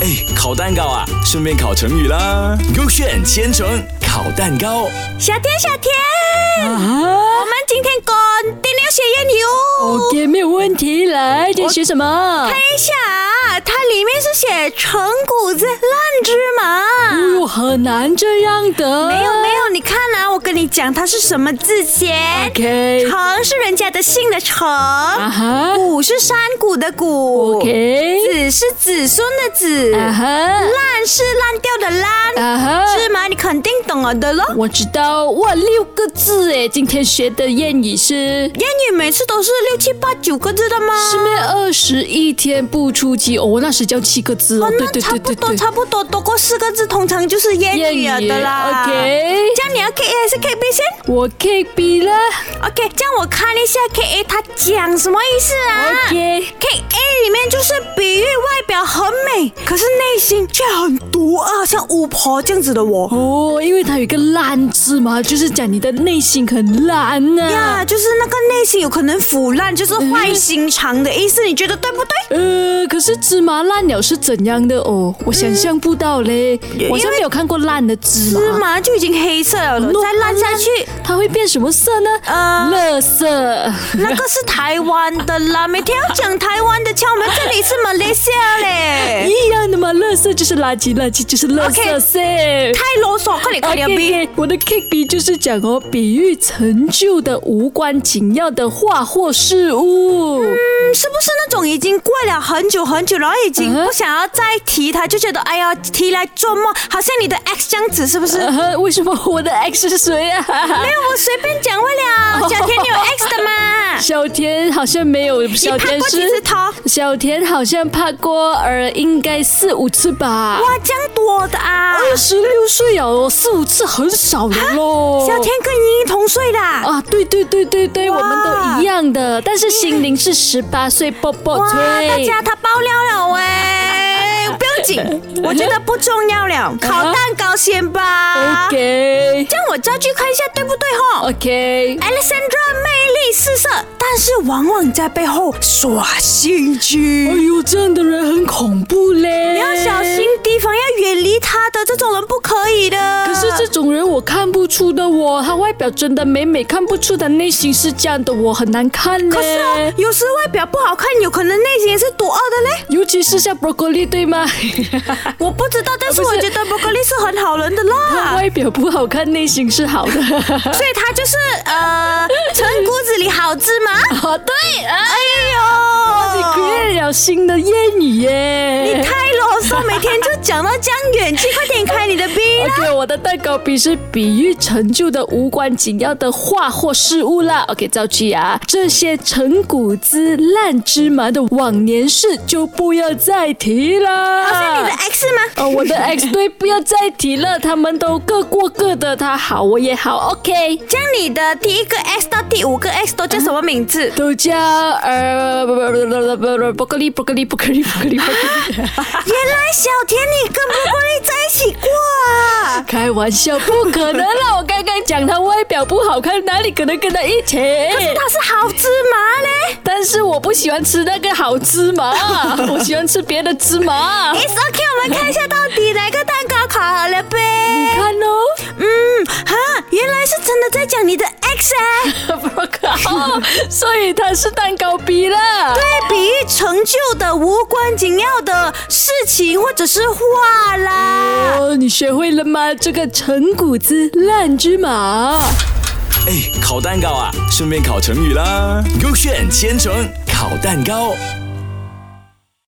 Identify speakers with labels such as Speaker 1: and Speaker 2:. Speaker 1: 哎，烤蛋糕啊，顺便烤成语啦。勾选千层烤蛋糕，
Speaker 2: 小天，小天，
Speaker 3: 啊
Speaker 2: 我们今天滚定要学谚语哦。
Speaker 3: ，OK，没有问题。来，你学什么？
Speaker 2: 看一下啊，它里面是写“陈谷子烂芝麻”。
Speaker 3: 哎呦，很难这样的。
Speaker 2: 没有没有，你看啊，我跟你讲，它是什么字先？
Speaker 3: ，OK，
Speaker 2: 城是人家的姓的城，
Speaker 3: 啊哈
Speaker 2: 谷是山谷的谷
Speaker 3: ，OK，
Speaker 2: 子是子孙的子，
Speaker 3: 啊哈，
Speaker 2: 烂是烂掉的烂，
Speaker 3: 啊嗯哈，
Speaker 2: 芝麻你肯定懂了的咯。
Speaker 3: 我知道。哇，六个字哎，今天学的谚语是。
Speaker 2: 谚语每次都是六七八九个字的吗？
Speaker 3: 师妹二十一天不出击哦，我那时叫七个字哦，对对
Speaker 2: 差
Speaker 3: 对
Speaker 2: 不
Speaker 3: 对
Speaker 2: 多
Speaker 3: 对，
Speaker 2: 差不多，多过四个字通常就是谚语了的啦。
Speaker 3: OK，
Speaker 2: 这样你要 K A 还是 K B 先
Speaker 3: 我 K B 了
Speaker 2: ？OK，这样我看一下 K A 它讲什么意思啊
Speaker 3: ，OK，
Speaker 2: K A 里面就是比喻外表很美，可是内心却很毒恶，像巫婆这样子的我。
Speaker 3: 哦，因为它有一个烂字嘛，就是讲你的内心很烂啊呐、
Speaker 2: 呀、就是那个内心有可能腐烂，就是坏心肠的意思，你觉得对不对？
Speaker 3: 呃，可是芝麻烂了是怎样的哦？我想象不到嘞，我真没有看过烂的芝
Speaker 2: 芝
Speaker 3: 麻，
Speaker 2: 麻就已经黑色了的，
Speaker 3: 弄
Speaker 2: 再烂下去，
Speaker 3: 它会变什么色呢？
Speaker 2: 呃，
Speaker 3: 乐色。
Speaker 2: 那个是台湾的 啦，每天要讲台湾的腔，我们这里是马来西亚嘞，
Speaker 3: 一样的嘛，垃圾就是垃圾，垃圾就是垃圾
Speaker 2: OK
Speaker 3: 噻。
Speaker 2: 太啰嗦，快点快点
Speaker 3: OK，
Speaker 2: 逼。
Speaker 3: OK，我的 K B 就是讲哦，比喻陈旧的、无关紧要的话或事物。
Speaker 2: 嗯是不是那种已经过了很久很久，然后已经
Speaker 3: 嗯
Speaker 2: 不想要再提它，就觉得哎呀提来做梦，好像你的 X 这样子，是不是？
Speaker 3: 呃， 为什么我的 X 是谁啊？
Speaker 2: 没有，我随便讲不了。小天你有 X 的 吗？
Speaker 3: 小田好像没有，
Speaker 2: 你
Speaker 3: 小
Speaker 2: 拍
Speaker 3: 田
Speaker 2: 过几次
Speaker 3: 是
Speaker 2: 头？
Speaker 3: 小田好像拍过呃，应该四五次吧。
Speaker 2: 哇，这样多的啊！
Speaker 3: 二十六岁哦，四五次很少的喽。
Speaker 2: 哎啊小天跟莹莹同岁的啊。
Speaker 3: 啊，对对对对对，
Speaker 2: 哇
Speaker 3: 我们都一样的，但是心灵是十八岁啵啵
Speaker 2: 哇，大
Speaker 3: 吹。
Speaker 2: 家他爆料了喂，不要 紧，我觉得不重要了，烤蛋糕先吧。
Speaker 3: 嗯 OK 哦
Speaker 2: 这样我再去看一下，对不对哈？
Speaker 3: OK，
Speaker 2: Alexandra 魅力四射，但是往往在背后耍心
Speaker 3: 哎
Speaker 2: 机。
Speaker 3: 呦，这样的人很恐怖嘞，你
Speaker 2: 你要小心。啊提防，要远离他的这种人不可以的。
Speaker 3: 可是这种人我看不出的哦，他外表真的美美，看不出他内心是这样的哦，我很难看嘞。
Speaker 2: 可是哦，有时外表不好看，有可能内心也是毒恶的 嘞。
Speaker 3: 尤其是像 broccoli 对吗？
Speaker 2: 我不知道，但是
Speaker 3: 哦不
Speaker 2: 我
Speaker 3: 是
Speaker 2: 觉得 broccoli 是很好人的
Speaker 3: 他
Speaker 2: 啦，
Speaker 3: 外表不好看，内心是好的。
Speaker 2: 所以他就是 呃，陈骨子里好芝麻。
Speaker 3: 哦，对
Speaker 2: 呃
Speaker 3: 啊，
Speaker 2: 哎
Speaker 3: 你 create 了新的谚语
Speaker 2: 呦，你
Speaker 3: 耶。
Speaker 2: 太啰嗦，每天就讲到这样远去，快点开你的 B 啦。
Speaker 3: OK，我的蛋糕笔是比喻陈旧的、无关紧要的话或事物啦。OK，造句啊，这些陈谷子、烂芝麻的往年事就不要再提啦。
Speaker 2: 好像你的 X 吗？
Speaker 3: 哦，我的 X 对，不要再提了，他们都各过各的，他好，我也好，OK，
Speaker 2: 这样你的第一个 X 到第五个 X 都叫什么名 字？
Speaker 3: 都叫呃，不不不不不不，不可以，不可以，不可以，不可以，不可以，
Speaker 2: 原来小田你跟波波利在一起过啊！
Speaker 3: 开玩笑，不可能啦，我刚刚讲他外表不好看，哪里可能跟他一起？
Speaker 2: 它是好芝麻嘞。
Speaker 3: 但是我不喜欢吃那个好芝麻，我喜欢吃别的芝麻。你
Speaker 2: It's OK，我们看一下到底哪个蛋糕烤好了呗。
Speaker 3: 看哦，
Speaker 2: 嗯，哈，原来是真的在讲你的 X 啊，
Speaker 3: 不靠，所以它是蛋糕逼啦。
Speaker 2: 对比喻成就的无关紧要的事情或者是话啦。
Speaker 3: 哦，你学会了吗？这个陈谷子烂芝麻。
Speaker 1: 哎，烤蛋糕啊，顺便烤成语啦。勾选千层烤蛋糕。